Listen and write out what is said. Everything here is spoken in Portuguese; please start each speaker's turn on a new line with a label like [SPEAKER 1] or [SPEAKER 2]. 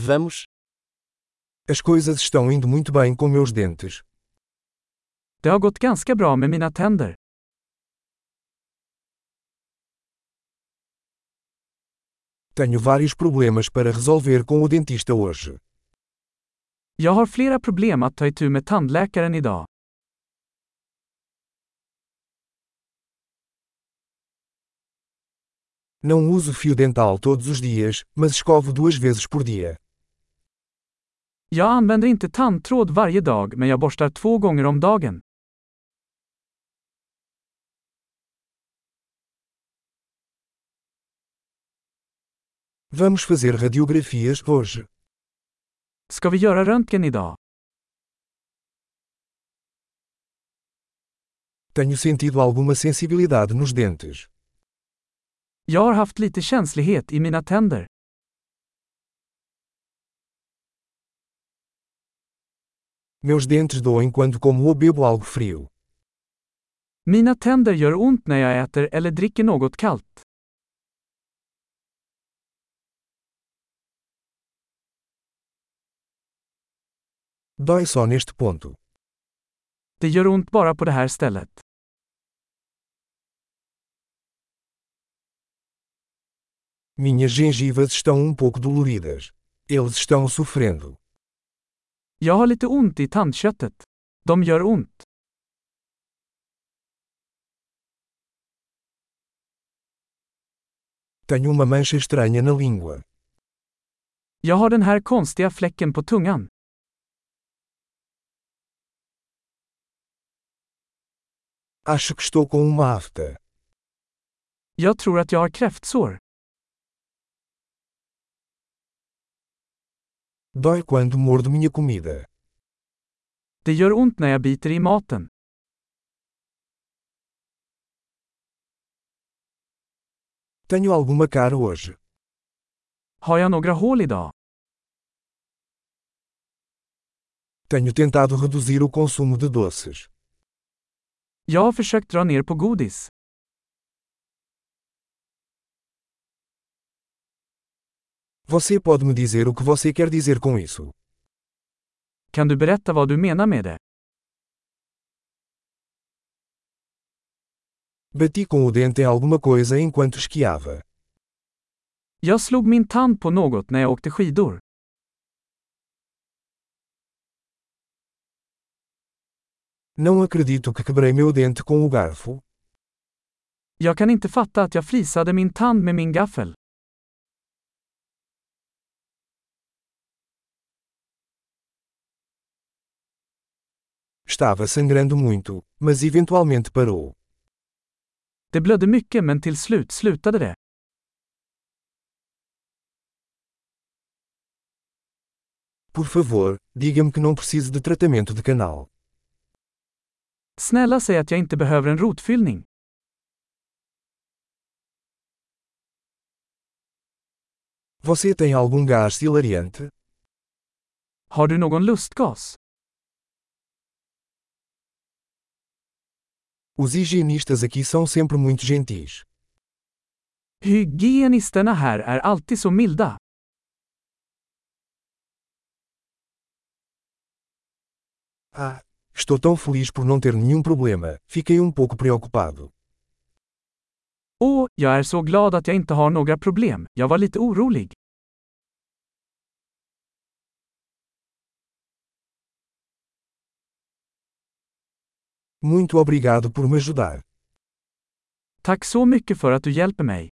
[SPEAKER 1] Vamos.
[SPEAKER 2] As coisas estão indo muito bem com meus dentes.
[SPEAKER 3] Det har gått ganska bra med mina tänder.
[SPEAKER 2] Tenho vários problemas para resolver com o dentista hoje.
[SPEAKER 3] Jag har flera problem att ta itu med tandläkaren idag.
[SPEAKER 2] Não uso fio dental todos os dias, mas escovo duas vezes por dia.
[SPEAKER 3] Jag använder inte tandtråd varje dag men jag borstar två gånger om dagen.
[SPEAKER 2] Vamos fazer radiografias hoje.
[SPEAKER 3] Ska vi göra röntgen idag?
[SPEAKER 2] Tenho sentido alguma sensibilidade nos dentes.
[SPEAKER 3] Jag har haft lite känslighet i mina tänder.
[SPEAKER 2] Meus dentes doem quando como ou bebo algo frio.
[SPEAKER 3] Mina tänder gör ont när jag äter eller dricker något kallt.
[SPEAKER 2] Dói só neste ponto.
[SPEAKER 3] Det gör ont bara på det här stället.
[SPEAKER 2] Minhas gengivas estão um pouco doloridas. Eles estão sofrendo.
[SPEAKER 3] Jag har lite ont i tandköttet. De gör ont.
[SPEAKER 2] Tenho uma mancha estranha na língua.
[SPEAKER 3] Jag har den här konstiga fläcken på tungan.
[SPEAKER 2] Acho que estou com uma afta.
[SPEAKER 3] Jag tror att jag har kräftsår.
[SPEAKER 2] Dói quando mordo minha comida.
[SPEAKER 3] Det gör ont när jag biter i maten.
[SPEAKER 2] Tenho alguma cara hoje.
[SPEAKER 3] Har jag några hål idag?
[SPEAKER 2] Tenho tentado reduzir o consumo de doces.
[SPEAKER 3] Jag har försökt dra ner på godis.
[SPEAKER 2] Você pode me dizer o que você quer dizer com isso?
[SPEAKER 3] Kan du berätta vad du menar med det?
[SPEAKER 2] Bati com o dente em alguma coisa enquanto esquiava.
[SPEAKER 3] Jag slog min tand på något när jag åkte skidor.
[SPEAKER 2] Não acredito que quebrei meu dente com o garfo.
[SPEAKER 3] Jag kan inte fatta att jag frisade min tand med min gaffel.
[SPEAKER 2] Estava sangrando muito, mas eventualmente parou.
[SPEAKER 3] Det blödde mycket men till slut slutade det.
[SPEAKER 2] Por favor, diga-me que não preciso de tratamento de canal.
[SPEAKER 3] Snälla säg att jag inte behöver en rotfyllning.
[SPEAKER 2] Você tem algum gás hilariante?
[SPEAKER 3] Har du någon lustgas?
[SPEAKER 2] Os higienistas aqui são sempre muito gentis.
[SPEAKER 3] Hygienisterna här är alltid så milda.
[SPEAKER 2] Ah, estou tão feliz por não ter nenhum problema, fiquei um pouco preocupado.
[SPEAKER 3] Åh, jag är så glad att jag inte har några problem. Jag var lite orolig.
[SPEAKER 2] Muito obrigado por me ajudar.
[SPEAKER 3] Tack så mycket för att du hjälper mig.